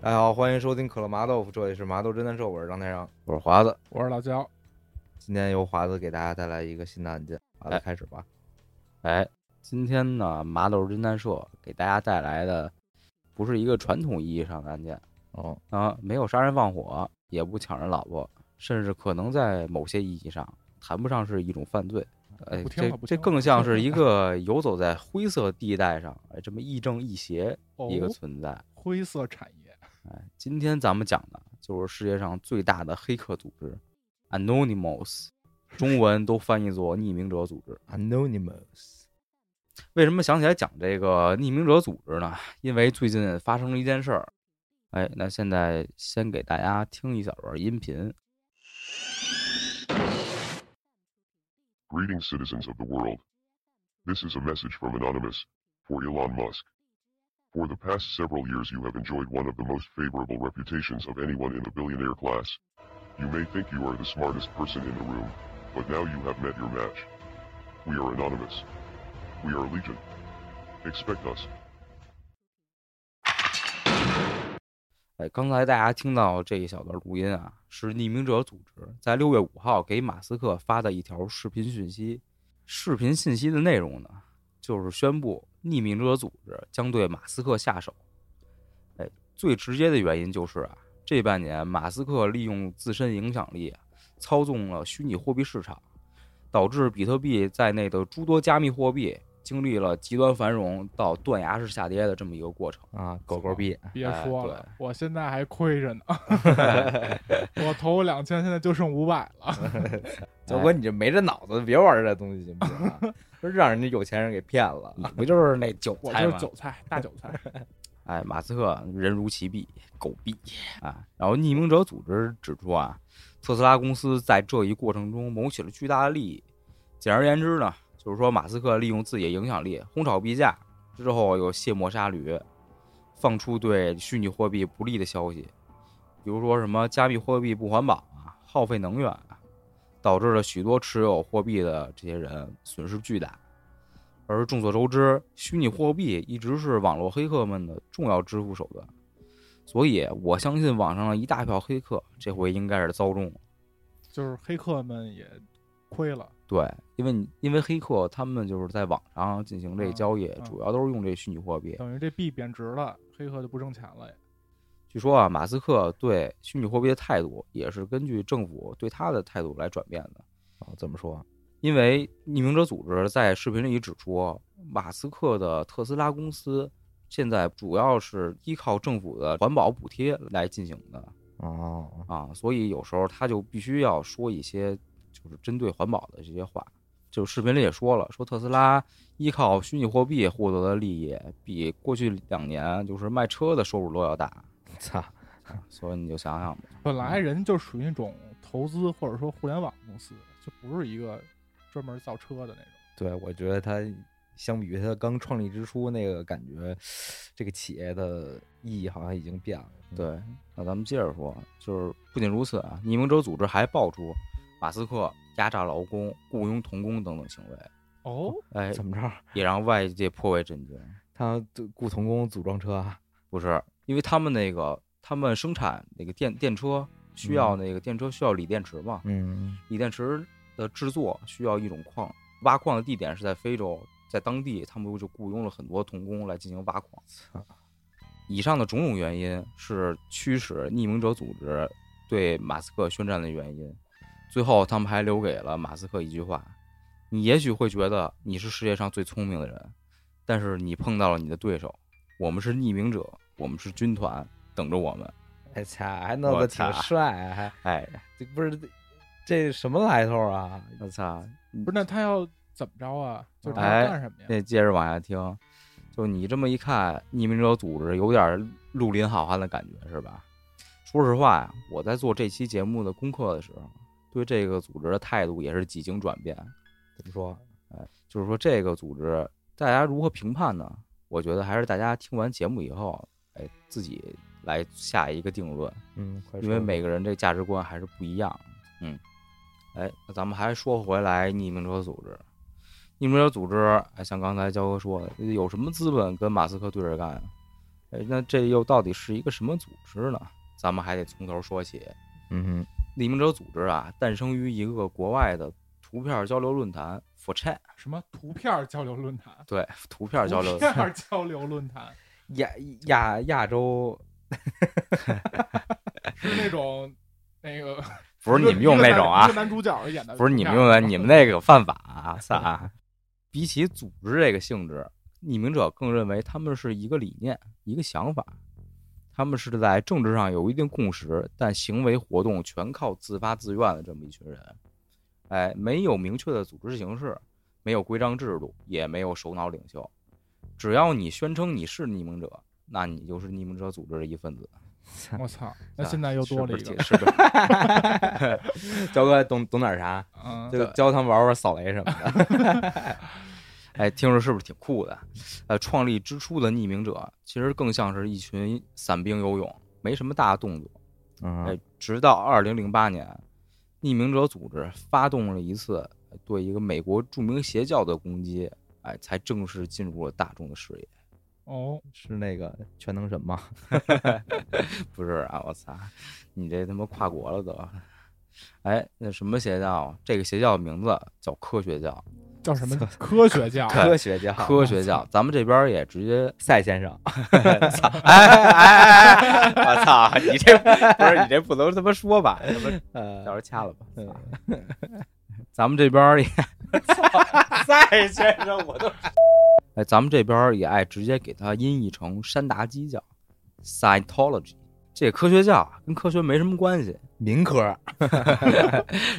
大哎家好，欢迎收听可乐麻豆腐，这里是麻豆侦探社，我是张天阳，我是华子。我是老焦，今天由华子给大家带来一个新的案件，华子哎开始吧。哎，今天呢，麻豆侦探社给大家带来的不是一个传统意义上的案件哦，啊，没有杀人放火，也不抢人老婆，甚至可能在某些意义上谈不上是一种犯罪。哎，不听这了不这听了更像是一个游走在灰色地带上，哎，这么亦正亦邪哦一个存在。灰色产业，哎，今天咱们讲的就是世界上最大的黑客组织 Anonymous，中文都翻译作匿名者组织。 Anonymous，为什么想起来讲这个匿名者组织呢？因为最近发生了一件事儿。哎，那现在先给大家听一小段音频。 Greetings, citizens of the world. This is a message from Anonymous, for Elon Musk. For the past several years, you have enjoyed one of the most favorable reputations of anyone in the billionaire class. You may think you are the smartest person in the room, but now you have met your match. We are Anonymous. We are Legion. Expect us. 哎，刚才大家听到这一小段录音啊，是匿名者组织在六月五号给马斯克发的一条视频讯息。视频信息的内容呢，就是宣布匿名者组织将对马斯克下手。哎，最直接的原因就是啊，这半年马斯克利用自身影响力啊操纵了虚拟货币市场，导致比特币在内的诸多加密货币经历了极端繁荣到断崖式下跌的这么一个过程。啊，狗狗币，别嗯哎说对了，我现在还 亏着呢，我投两千，现在就剩五百了， 小哥你这没这脑子，别玩这东西行不行 啊？说让人家有钱人给骗了。你 不就是那韭我菜就是吗？韭菜，大韭 菜，哎，马斯克人如其臂，狗臂啊！然后匿名者组织指出啊，特斯拉公司在这一过程中谋取了巨大的利益。简而言之呢，就是说马斯克利用自己的影响力哄炒币价，之后又卸磨杀驴，放出对虚拟货币不利的消息，比如说什么加密货币不环保啊，耗费能源啊，导致了许多持有货币的这些人损失巨大。而众所周知，虚拟货币一直是网络黑客们的重要支付手段，所以我相信网上的一大票黑客这回应该是遭中了。就是黑客们也亏了，对，因为你因为黑客他们就是在网上进行这嗯交易，嗯主要都是用这虚拟货币。等于这币贬值了，黑客就不挣钱嗯了，据说啊，马斯克对虚拟货币的态度也是根据政府对他的态度来转变的。哦怎么说？因为匿名者组织在视频里指出，马斯克的特斯拉公司现在主要是依靠政府的环保补贴来进行的。哦，啊，所以有时候他就必须要说一些就是针对环保的这些话。就视频里也说了，说特斯拉依靠虚拟货币获得的利益比过去两年就是卖车的收入都要大，操，所以你就想想吧，本来人就属于那种投资或者说互联网公司，就不是一个专门造车的那种，对我觉得他相比于他刚创立之初那个感觉，这个企业的意义好像已经变了。对，那咱们接着说，就是不仅如此啊，匿名者组织还爆出马斯克压榨劳工、雇佣童工等等行为，哦，哎，怎么着？也让外界颇为震惊。他雇童工组装车啊？不是，因为他们那个他们生产那个电电车需要那个电车需要锂电池嘛，嗯，锂电池的制作需要一种矿，挖矿的地点是在非洲，在当地他们就雇佣了很多童工来进行挖矿。操，以上的种种原因是驱使匿名者组织对马斯克宣战的原因。最后，他们还留给了马斯克一句话：“你也许会觉得你是世界上最聪明的人，但是你碰到了你的对手。我们是匿名者，我们是军团，等着我们。哎操，还弄我得挺操帅，啊还”哎，这不是这什么来头啊？我操！不是，那他要怎么着啊？就是他哎要干什么呀？那接着往下听，就你这么一看，匿名者组织有点绿林好汉的感觉是吧？说实话呀，我在做这期节目的功课的时候，对这个组织的态度也是几经转变。怎么说？就是说，这个组织大家如何评判呢？我觉得还是大家听完节目以后，哎，自己来下一个定论，嗯，快因为每个人这价值观还是不一样的。嗯，哎，那咱们还说回来，匿名者组织，匿名者组织，哎，像刚才焦哥说的，有什么资本跟马斯克对着干啊？哎，那这又到底是一个什么组织呢？咱们还得从头说起。嗯匿名者组织啊，诞生于一个国外的图片交流论坛 f o r c h a t 什么图片交流论坛？对，图片交流图，片交流论坛哼，亚亚亚洲是那种那个 不是你们用那种啊一个，男主角演的，不是你们用 的，你们那个犯法啊！操啊！比起组织这个性质，匿名者更认为他们是一个理念、一个想法，他们是在政治上有一定共识，但行为活动全靠自发自愿的这么一群人。哎，没有明确的组织形式，没有规章制度，也没有首脑领袖。只要你宣称你是匿名者，那你就是匿名者组织的一份子。我操，那现在又多了一个，啊是不是解释的 焦哥懂懂点啥？嗯，就教他们玩玩扫雷什么 的。哎，听着是不是挺酷的？呃，创立之初的匿名者其实更像是一群散兵游勇，没什么大动作。哎嗯，直到二零零八年，匿名者组织发动了一次对一个美国著名邪教的攻击，哎，才正式进入了大众的视野。哦，是那个全能神吗？不是啊，我操，你这他妈跨国了都！哎，那什么邪教？啊这个邪教的名字叫科学教，叫什么科 学家？科学家，科学教。咱们这边也直接赛先生，操！哎哎哎！哎 我操！你这不是你这不能他妈说 吧？要不呃到时候掐了吧。嗯 咱们这边儿也，赛先生，我都哎，咱们这边儿也爱直接给它音译成山达基教 （Scientology）。这科学教啊跟科学没什么关系， 民科，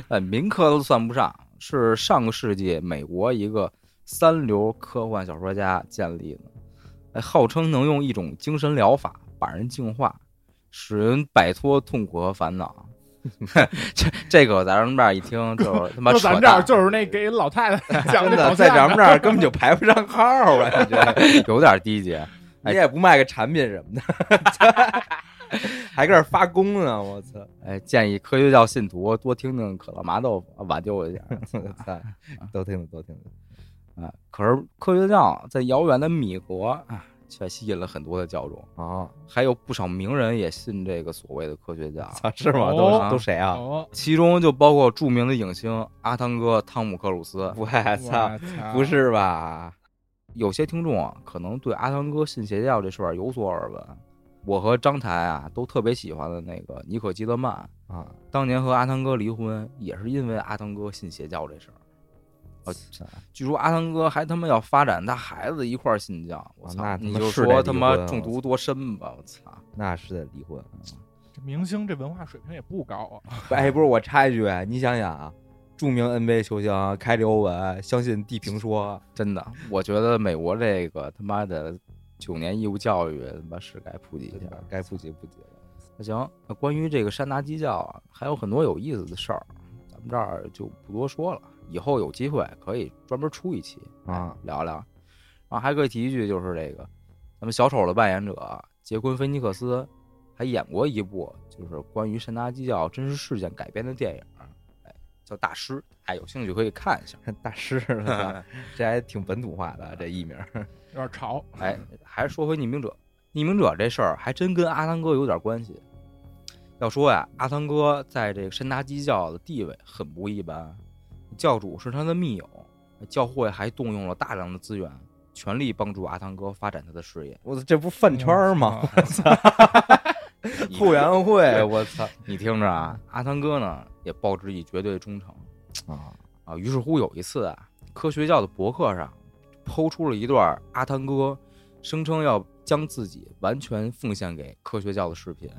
呃，民科都算不上，是上个世纪美国一个三流科幻小说家建立的，哎号称能用一种精神疗法把人净化，使人摆脱痛苦和烦恼。 这这个咱们这儿一听就是他妈就扯咱淡，这儿就是 那给老 太太讲真的的搞在笑咱们这儿根本就排不上号啊！你这有点低级。 哎你也不卖个产品什么的，还搁这儿发啊功呢！我操，哎，建议科学教信徒多听听可乐麻豆腐，啊挽救 一下 我操，都听着都听着，啊。可是科学教在遥远的米国啊，却吸引了很多的教众，哦，还有不少名人也信这个所谓的科学教，操，是吗？哦都都谁啊？哦，其中就包括著名的影星阿汤哥汤姆克鲁斯。 我操，操不是吧？啊有些听众啊，可能对阿汤哥信邪教这事儿有所耳闻。我和张台啊，都特别喜欢的那个尼可基德曼，啊，当年和阿汤哥离婚，也是因为阿汤哥信邪教这事儿。哦操据说阿汤哥还他妈要发展他孩子一块儿信教，我啊操！那他你妈就是得说离他妈婚啊中我毒多深吧，我操！那是得离婚。这明星这文化水平也不高啊， 哎，不是，我插一句，你想想啊，著名 NBA 球星凯里欧文相信地平说，真的，我觉得美国这个他妈的九年义务教育他妈是该普及一下。该普及普及了。 那行，那关于这个山达基教啊，还有很多有意思的事儿，咱们这儿就不多说了。以后有机会可以专门出一期啊哎聊聊。然后还可以提一句，就是这个咱们小丑的扮演者杰昆·菲尼克斯还演过一部就是关于山达基教真实事件改编的电影，哎，叫《大师》，哎，有兴趣可以看一下。大师了，这还挺本土化啊的这艺名。有点潮。哎，还是说回匿名者，匿名者这事儿还真跟阿汤哥有点关系。要说呀，阿汤哥在这个山达基教的地位很不一般，教主是他的密友，教会还动用了大量的资源，全力帮助阿汤哥发展他的事业。 我操，这不饭圈儿吗？ 嗯？ 后援会，我操你听着啊，阿汤哥呢也报之以绝对忠诚啊！啊。于是乎有一次啊，科学教的博客上抛出了一段阿汤哥声称要将自己完全奉献给科学教的视频。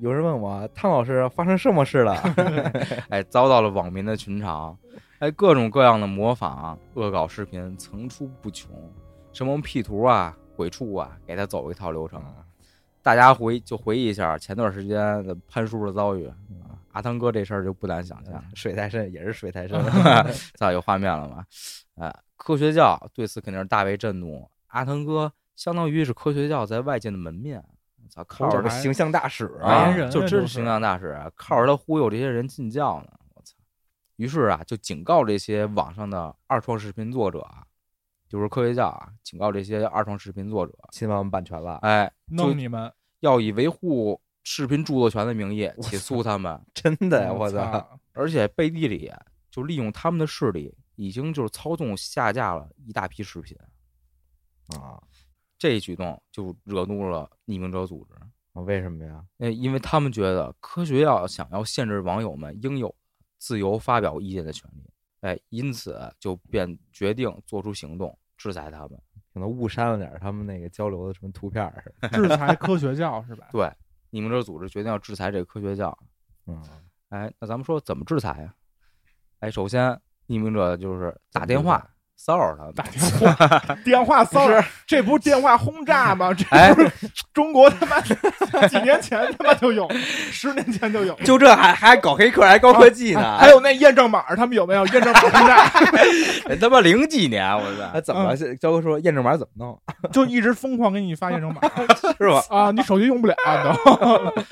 有人问我，汤老师发生什么事了？ 哎，遭到了网民的群嘲，哎，各种各样的模仿、恶搞视频层出不穷，什么 P 图啊、鬼畜啊，给他走一套流程。大家回就回忆一下前段时间的潘叔的遭遇啊，阿汤哥这事儿就不难想象，水太深也是水太深， 操，有画面了吗？啊，科学教对此肯定是大为震怒，阿汤哥相当于是科学教在外界的门面，操，靠这着不形象大使啊啊人！啊就这真是都是形象大使啊，靠着他忽悠这些人进教呢。我操！于是啊，就警告这些网上的二创视频作者啊，就是科学家啊，警告这些二创视频作者，啊侵犯我们版权了，哎，就弄你们，要以维护视频著作权的名义我起操诉他们，真的呀！我我嗯操，！而且背地里啊就利用他们的势力，已经就是操纵下架了一大批视频。啊，这一举动就惹怒了匿名者组织，为什么呀？呃，因为他们觉得科学要想要限制网友们应有自由发表意见的权利，哎，因此就便决定做出行动制裁他们。可能误删了点儿他们那个交流的什么图片儿，制裁科学教是吧？对，匿名者组织决定要制裁这个科学教。嗯，哎，那咱们说怎么制裁呀、哎，首先匿名者就是打怎么电制话骚扰他们，打电话，电话骚扰，这不是电话轰 炸吗？这哎不是中国他妈几年前他妈就有，十年前就有。哎就这还还搞黑啊客，还高科技呢？ 还有那验证码，他们有没有验证码轰 炸？哎他妈零几年，我 操还！怎么了？焦哥说验证码怎么弄？就一直疯狂给你发验证码是吧？啊！你手 机用不了都。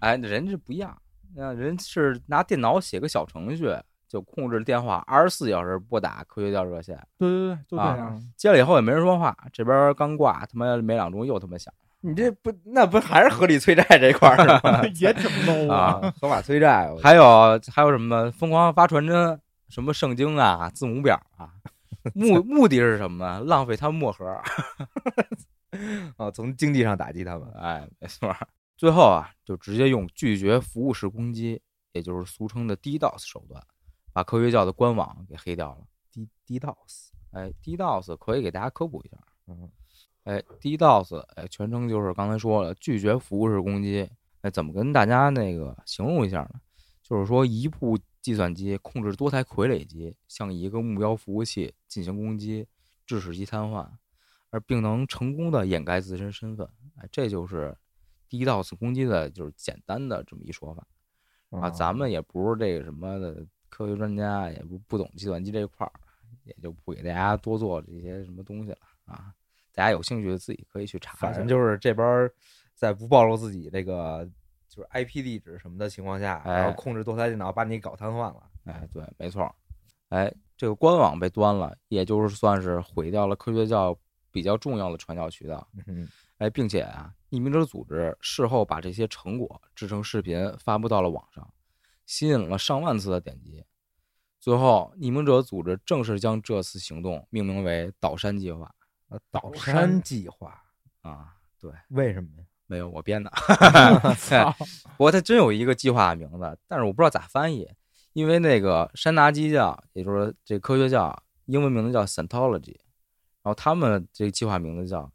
哎，人家不一样，那人是拿电脑写个小程序，就控制电话二十四小时拨打科学教热线，对对对，就这样。接了以后也没人说话，这边刚挂，他妈没两钟又他妈响你这不那不还是合理催债这块儿吗？。也挺 low 啊！合法催债，我还有还有什么疯狂发传真，什么圣经啊、字母表啊， 目目的是什么呢？浪费他们墨盒儿。啊，从经济上打击他们。哎，没错儿。最后啊，就直接用拒绝服务式攻击，也就是俗称的 DDoS 手段，把科学教的官网给黑掉了。低低 DOS，哎，DDoS 可以给大家科普一下。嗯，哎，DDoS，哎，全称就是刚才说了，拒绝服务式攻击。哎，怎么跟大家那个形容一下呢？就是说，一部计算机控制多台傀儡机，向一个目标服务器进行攻击，致使其瘫痪，而并能成功的掩盖自身身份。哎，这就是 DDoS 攻击的，就是简单的这么一说法哦啊。咱们也不是这个什么的科学专家，也不不懂计算机这一块儿，也就不给大家多做这些什么东西了啊。大家有兴趣自己可以去查一下。反正就是这边儿在不暴露自己这个就是 IP 地址什么的情况下，哎然后控制多台电脑把你搞瘫痪了。哎，对，没错儿。哎，这个官网被端了，也就是算是毁掉了科学教比较重要的传教渠道。嗯，哎，并且啊，匿名者组织事后把这些成果制成视频发布到了网上，吸引了上万次的点击。最后，匿名者组织正式将这次行动命名为“倒山计划呃岛岛山山计划”啊。对，为什么呀？没有我编 的。操不过它真有一个计划的名字，但是我不知道咋翻译，因为那个山达基教，也就是这科学教，英文名字叫 Scientology，然后他们这个计划名字叫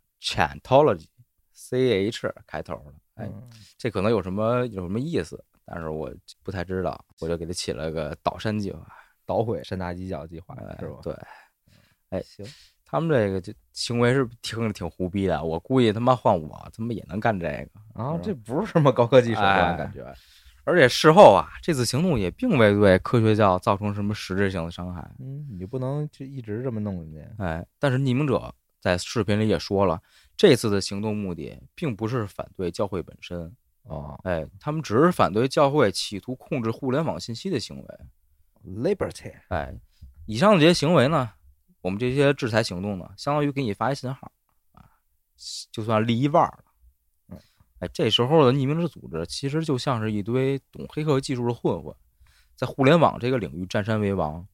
Chantology，C H 开头的，哎，嗯这可能有什么有什么意思，但是我不太知道，我就给它起了个岛山计划，捣毁山大犄角计划哎是吧？，对。行，他们这个就行为是听着挺胡逼的，我估计他妈换我他妈也能干这个，啊，是这不是什么高科技手哎段，感觉。而且事后啊，这次行动也并未对科学教造成什么实质性的伤害。嗯，你不能就一直这么弄人家。哎，但是匿名者在视频里也说了，这次的行动目的并不是反对教会本身，哦哎，他们只是反对教会企图控制互联网信息的行为。 ，Liberty，哎，以上的这些行为呢，我们这些制裁行动呢，相当于给你发一信号啊，就算立一腕儿了嗯。哎，这时候的匿名者组织其实就像是一堆懂黑客技术的混混，在互联网这个领域占山为王。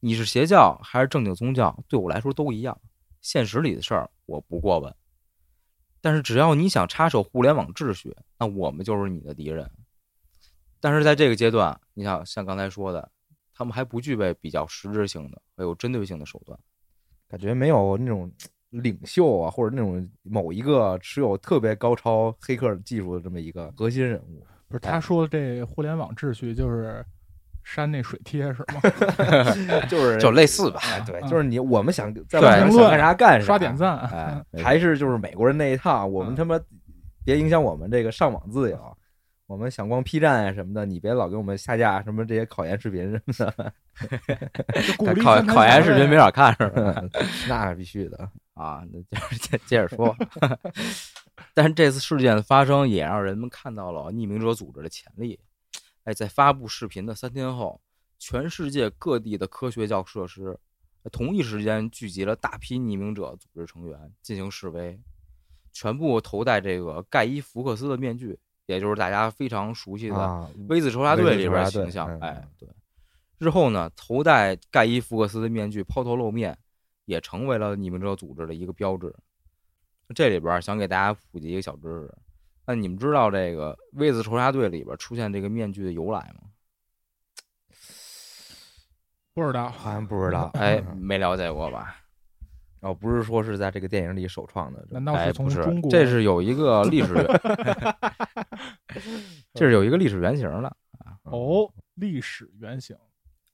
你是邪教还是正经宗教，对我来说都一样。现实里的事儿我不过问，但是只要你想插手互联网秩序，那我们就是你的敌人。但是在这个阶段，你想像刚才说的，他们还不具备比较实质性的和有针对性的手段。感觉没有那种领袖啊，或者那种某一个持有特别高超黑客技术的这么一个核心人物。不是他说这互联网秩序就是删那水贴是吗？哎 就是就类似吧哎，对，嗯就是你我们想在对网上想干啥干啥，刷点。赞，哎，还是就是美国人那一套，我们嗯他妈别影响我们这个上网自由，我们想逛 P 站啊什么的，你别老给我们下架什么这些考研视频什么就鼓考励考翻考研墙视频呗没少看是吧？的， 那必须的。啊，那接着接接着说。 但是这次事件的发生也让人们看到了匿名者组织的潜力。哎，在发布视频的三天后，全世界各地的科学教设施，同一时间聚集了大批匿名者组织成员进行示威，全部头戴这个盖伊·福克斯的面具，也就是大家非常熟悉的《啊， V 字仇杀队》里边威的斯仇杀形队象。嗯哎嗯，对。日后呢，头戴盖伊·福克斯的面具抛头露面，也成为了匿名者组织的一个标志。这里边想给大家普及一个小知识，那你们知道这个《V 字仇杀队》里边出现这个面具的由来吗？不知道，好像不知道， 哎，嗯，没了解过吧？哦，不是说是在这个电影里首创的，这难道哎，从不是中国？这是有一 个历史原，这是有一个历史原型的。哦，历史原型，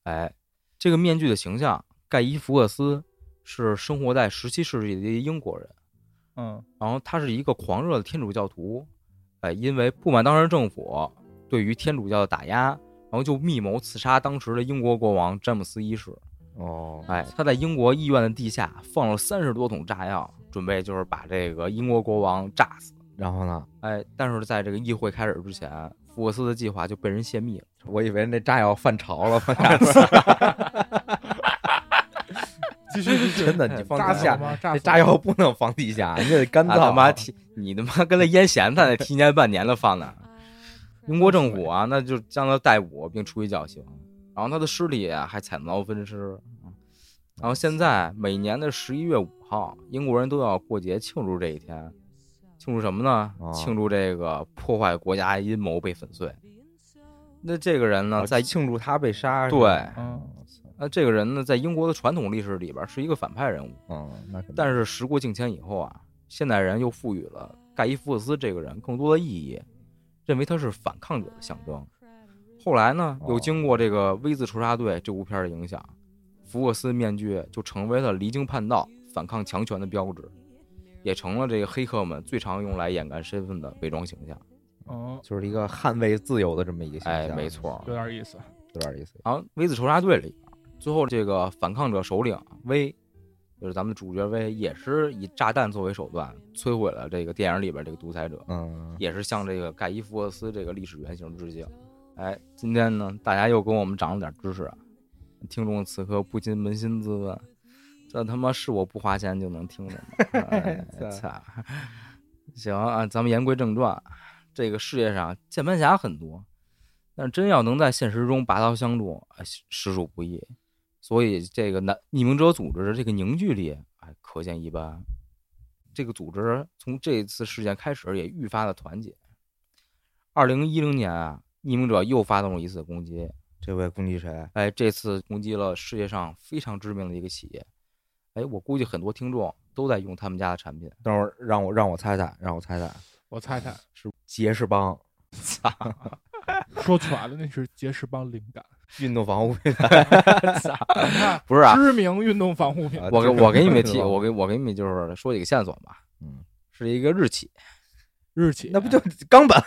哎，这个面具的形象，盖伊·福克斯是生活在十七世纪的一个英国人，嗯然后他是一个狂热的天主教徒，哎，因为不满当时政府对于天主教的打压，然后就密谋刺杀当时的英国国王詹姆斯一世。哦，哎，他在英国议院的地下放了三十多桶炸药，准备就是把这个英国国王炸死。然后呢，哎，但是在这个议会开始之前，福克斯的计划就被人泄密了。我以为那炸药犯潮 了，继续继续，哎真的，你放炸地死下了，吗？炸这死炸了药不能放地下，你得干啊他燥。妈提你他妈跟那腌咸菜那提前半年了放那儿。英国政府啊，那就将他逮捕并处以绞刑，然后他的尸体啊还惨遭分尸。啊然后现在每年的十一月五号，英国人都要过节庆祝这一天，庆祝什么呢哦？庆祝这个破坏国家阴谋被粉碎。那哦这个人呢，啊在庆祝他被杀，是对吧，嗯，那这个人呢，在英国的传统历史里边是一个反派人物。嗯，那肯定但是时过境迁以后啊，现代人又赋予了盖伊·福克斯这个人更多的意义，认为他是反抗者的象征。后来呢，又经过这个《V 字仇杀队》这部片的影响，福克斯面具就成为了离经叛道、反抗强权的标志，也成了这个黑客们最常用来掩盖身份的伪装形象。嗯，就是一个捍卫自由的这么一个形哎象，没错有点意思。有点意思。然后《V 字仇杀队》里，最后这个反抗者首领 V，就是咱们主角 V，也是以炸弹作为手段摧毁了这个电影里边这个独裁者。嗯，也是向这个盖伊·福克斯这个历史原型致敬。哎，今天呢，大家又跟我们长了点知识啊，听众此刻不禁扪心自问：这他妈是我不花钱就能听 的吗？哎操操、行啊，咱们言归正传，这个世界上键盘侠很多，但是真要能在现实中拔刀相助，哎实属不易。所以，这个南匿名者组织的这个凝聚力，哎，可见一斑。这个组织从这次事件开始也愈发的团结。二零一零年啊，匿名者又发动了一次攻击，这位攻击谁？哎，这次攻击了世界上非常知名的一个企业，哎，我估计很多听众都在用他们家的产品，等会儿让我让我猜猜，让我猜猜，我猜猜，杰士邦说全了，那是杰士邦灵 感，运动防护 品不是啊？知名运动防护品啊。我给这个我给你们是提，吧我给我给你们就是说几个线索吧，嗯， 是一个日企，日企，那不就钢板？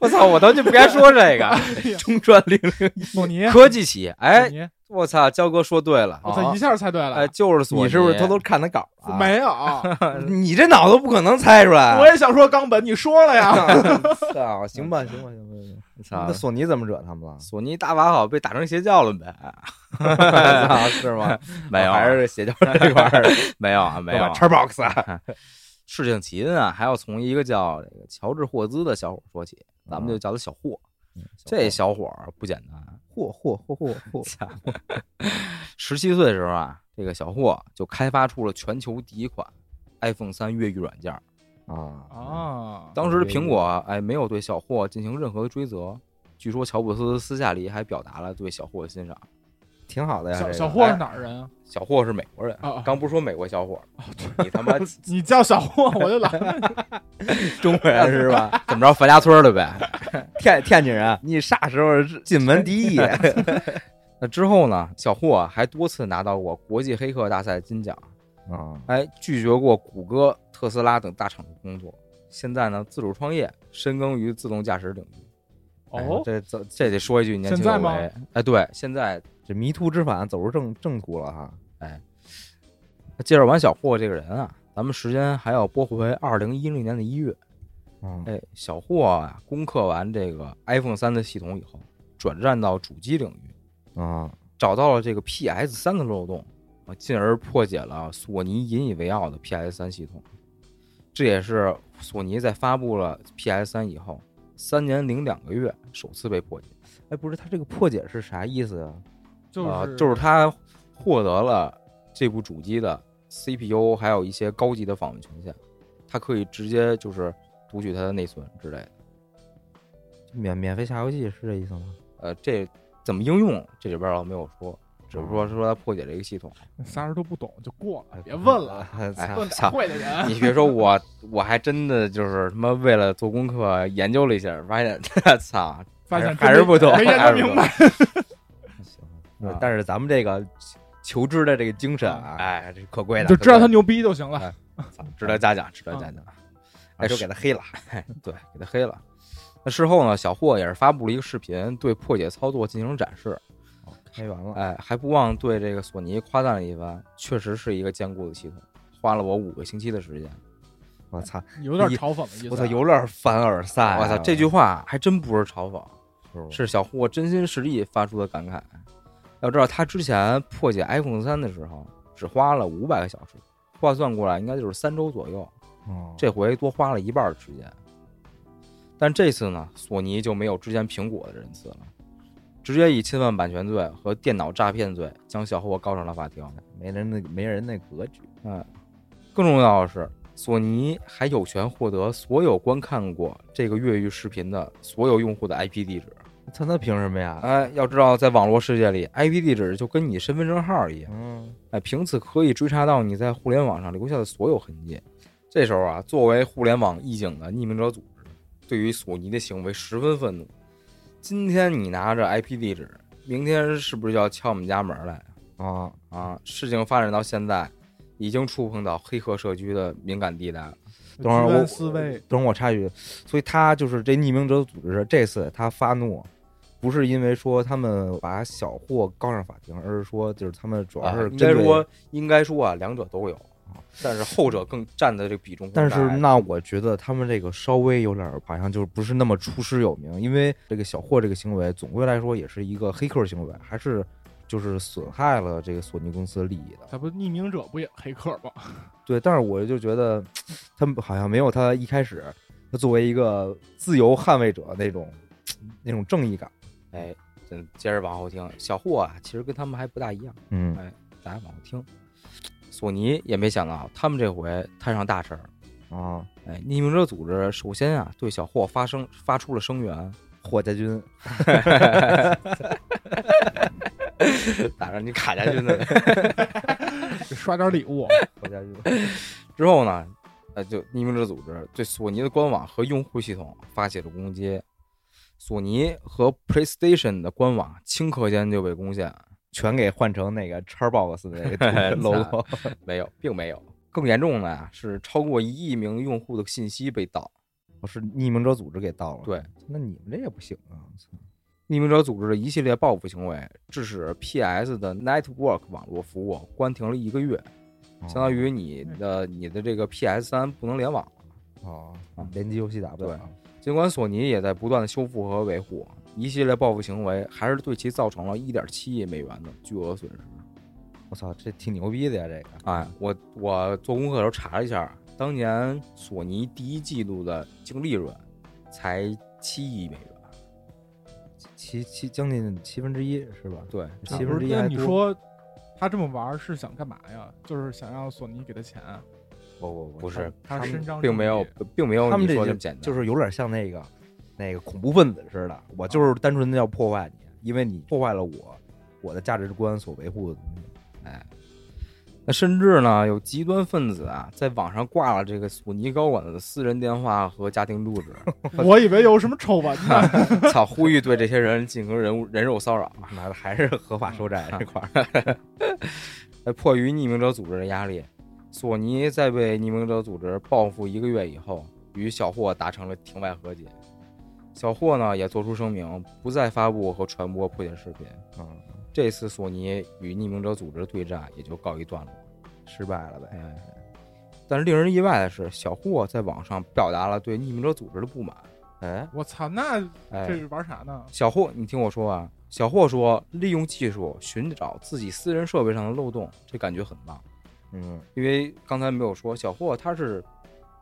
我操，我当时就不该说这个中专零零一，索 尼？科技企业，索哎，尼，我操，焦哥说对了，嗯我操，一下猜对哎，了，就是索尼，你是不是偷偷看他稿啊？没 有，你这脑子不可能猜出来。啊我也想说冈本，你说了呀， 操，行吧，行吧，行吧，行吧。操那？索尼怎么惹他们了？索尼大法好被打成邪教了呗？ 操是吗？没有啊，还是邪教这块 儿没有啊，没有啊。 Xbox 啊？事情起因啊，还要从一个叫这个乔治霍兹的小伙说起，咱们就叫他小霍。这啊嗯小伙儿不简单，嚯嚯嚯嚯嚯！十七岁的时候啊，这个小霍就开发出了全球第一款 iPhone 三越狱软件。啊啊，当时的苹果哎没有对小霍进行任何的追责，据说乔布斯私下里还表达了对小霍的欣赏。挺好的呀。这小个哎小霍是哪儿人啊？小霍是美国人，啊刚不说美国小伙儿吗，你他妈你叫小霍，我就老 中国人是 吧？怎么着樊家村儿的呗？天天津人，你啥时候是进门第 一？啊那之后呢，小霍啊还多次拿到过国际黑客大赛金奖，啊，哎，拒绝过谷歌、特斯拉等大厂的工作。现在呢，自主创业，深耕于自动驾驶领域。哦，哎这这这得说一句年轻有现在为。哎，对，现在这迷途知返走入正正途了哈。介绍完小霍这个人啊，咱们时间还要拨回二零一零年的一月。嗯，哎，小霍啊，攻克完这个 iPhone 三的系统以后，转战到主机领域，啊，找到了这个 PS 三的漏洞啊，进而破解了啊索尼引以为傲的 PS 三系统。这也是索尼在发布了 PS 三以后三年零两个月首次被破解。哎，不是，它这个破解是啥意思啊？就是、啊，就是它获得了这部主机的 CPU，还有一些高级的访问权限，它可以直接就是读取它的内存之类的。免免费下游戏是这意思吗？呃，这怎么应用这里边儿倒没有说，只是哦啊说是说它破解了一个系统。仨人都不懂就过哎了，别问了，，哎问操打 会的人。你别说我，我还真的就是他妈为了做功课研究了一下，发现 操，发现还是不懂，没研还究是不明懂白。行啊，但是咱们这个求知的这个精神啊，哎，这可贵的，哎就知道他可牛逼就行了。贵的值得嘉奖，值得嘉奖。啊哎，就是给他黑了。对，给他黑了。那事后呢，小霍也是发布了一个视频，对破解操作进行展示，开完了，哎，还不忘对这个索尼夸赞了一番，确实是一个坚固的系统，花了我五个星期的时间。我操！有点嘲讽的意思啊。我操，有点凡尔赛啊。我操，这句话还真不是嘲讽，是是小霍真心实意发出的感慨。要知道，他之前破解 iPhone 三的时候，只花了五百个小时，换算过来应该就是三周左右。哦这回多花了一半的时间。但这次呢，索尼就没有之前苹果的仁慈了，直接以侵犯版权罪和电脑诈骗罪将小霍告上了法庭。没人那没人那格局。更重要的是，索尼还有权获得所有观看过这个越狱视频的所有用户的 IP 地址。操，那凭什么呀？哎，要知道，在网络世界里，IP 地址就跟你身份证号一样，嗯，哎，凭此可以追查到你在互联网上留下的所有痕迹。这时候啊，作为互联网义警的匿名者组织，对于索尼的行为十分愤怒。今天你拿着 IP 地址，明天是不是就要敲我们家门来啊，啊？事情发展到现在，已经触碰到黑客社区的敏感地带了。等会儿居我安思危，等会儿我插一句，所以他就是这匿名者组织这次他发怒，不是因为说他们把小霍告上法庭，而是说就是他们主要啊是应针该对说，应该说啊，两者都有，但是后者更占的这个比重更但大。是那我觉得他们这个稍微有点儿好像就是不是那么出师有名，因为这个小霍这个行为总归来说也是一个黑客行为，还是就是损害了这个索尼公司的利益的。他不匿名者不也黑客吗？对，但是我就觉得他们好像没有他一开始他作为一个自由捍卫者那种那种正义感。哎，嗯，接着往后听，小霍啊，其实跟他们还不大一样。嗯大家往后听。索尼也没想到，他们这回摊上大事儿。啊，哎，匿名者组织首先啊，对小霍发声发出了声援，霍家军打着你卡下去呢。给 刷点礼 物，霍家军， 之后呢，呃，就匿名者组织对索尼的官网和用户系统发起了攻击，索尼和 PlayStation 的官网顷刻间就被攻陷。全给换成那个叉 box 的那 个 logo。没有，并没有。更严重的啊，是超过一亿名用户的信息被盗。 我是匿名者组织给盗了。对，那你们这也不行啊！我操匿名者组织的一系列报复行为，致使 PS 的 Network 网络服务啊关停了一个月，相当于你的你的这个 PS 三不能联网。哦，嗯联机游戏打不了。尽管索尼也在不断的修复和维护，一系列报复行为还是对其造成了一点七亿美元的巨额损失。我操，这挺牛逼的呀！这个哎，我我做功课的时候查了一下，当年索尼第一季度的净利润才七亿美元。七七将近七分之一是吧？对，七不分是之一那还你多说他这么玩儿是想干嘛呀？就是想让索尼给他钱，不不不不是，他他伸们张并正没有义，并没有他你们说这那就么简单，就是有点像那个那个恐怖分子似的，我就是单纯的要破坏你，因为你破坏了我我的价值观所维护的东西。那甚至呢，有极端分子啊，在网上挂了这个索尼高管的私人电话和家庭住址， 啊我以为有什么丑闻 呢。操，呼吁对这些人进行人物人肉骚扰。妈的，还是合法收债这 块儿。那呃迫于匿名者组织的压力，索尼在被匿名者组织报复一个月以后，与小霍达成了庭外和解。小霍呢也做出声明，不再发布和传播破解视频。嗯，这次索尼与匿名者组织对战也就告一段落。失败了呗。哎，但令人意外的是，小霍在网上表达了对匿名者组织的不满。哎，我操，那哎，这是玩啥呢？小霍，你听我说啊，小霍说，利用技术寻找自己私人设备上的漏洞，这感觉很棒。 嗯因为刚才没有说，小霍他是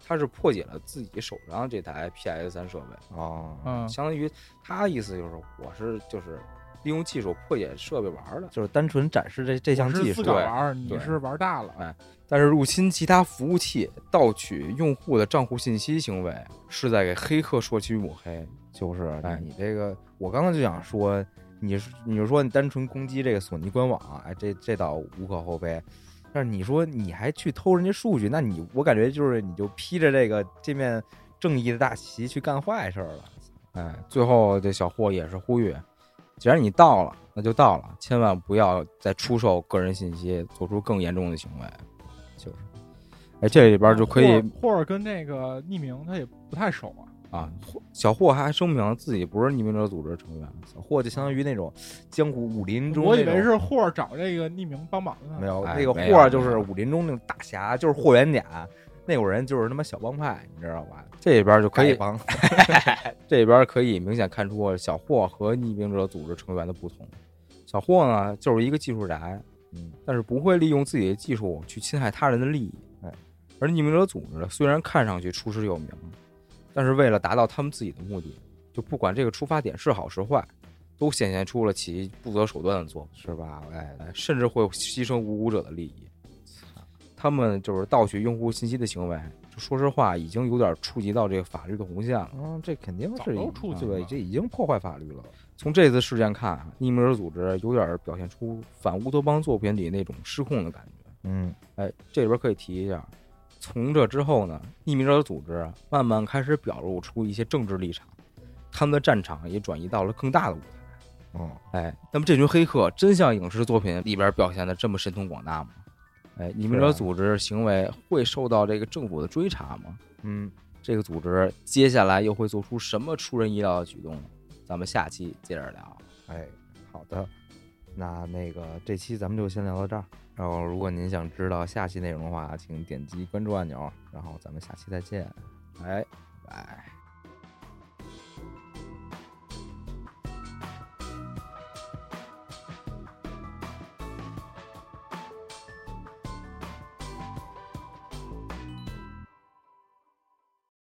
他是破解了自己手上这台 PS 三设备，哦，嗯，相当于他意思就是我是就是利用技术破解设备玩儿的，就是单纯展示这这我项技是自术个对儿玩儿，你对是玩儿大了，但是入侵其他服务器、盗取用户的账户信息行为，是在给黑客说起抹黑。就是哎你这个，我刚刚就想说，你是你是说你单纯攻击这个索尼官网，哎，这这倒无可厚非。但是你说你还去偷人家数据，那你我感觉就是你就披着这个这面正义的大旗去干坏事儿了。哎，最后这小霍也是呼吁，既然你到了，那就到了，千万不要再出售个人信息，做出更严重的行为。就是，哎，这里边就可以霍尔跟那个匿名他也不太熟啊，啊，霍小霍还声明自己不是匿名者组织成员。小霍就相当于那种江湖武林中我以那为种是霍尔找这个匿名帮忙呢。没有哎那个没霍儿有就没是有武林中那种大侠，就是霍元甲那伙人，就是他妈小帮派，你知道吧？这里边就 可丐哎以， 帮这里边可以明显看出小霍和匿名者组织成员的不同。小霍呢，就是一个技术宅，嗯，但是不会利用自己的技术去侵害他人的利益。嗯哎，而匿名者组织虽然看上去出师有名，但是为了达到他们自己的目的，就不管这个出发点是好是坏，都显现出了其不择手段的作是吧？哎，风，哎甚至会牺牲无辜者的利益。他们就是盗取用户信息的行为，就说实话，已经有点触及到这个法律的红线了。嗯，这肯定早是都已出去对，了这已经破坏法律了。从这次事件看，啊匿名者组织有点表现出反乌托邦作品里那种失控的感觉。嗯，哎，这里边可以提一下，从这之后呢，匿名者组织啊慢慢开始表露出一些政治立场，他们的战场也转移到了更大的舞台。哦，哎，那么这群黑客真像影视作品里边表现的这么神通广大吗？哎，匿名是啊者组织行为会受到这个政府的追查吗？嗯，这个组织接下来又会做出什么出人意料的举动呢？咱们下期接着聊。哎，好的，那那个这期咱们就先聊到这儿。然后，如果您想知道下期内容的话，请点击关注按钮。然后咱们下期再见。哎，拜。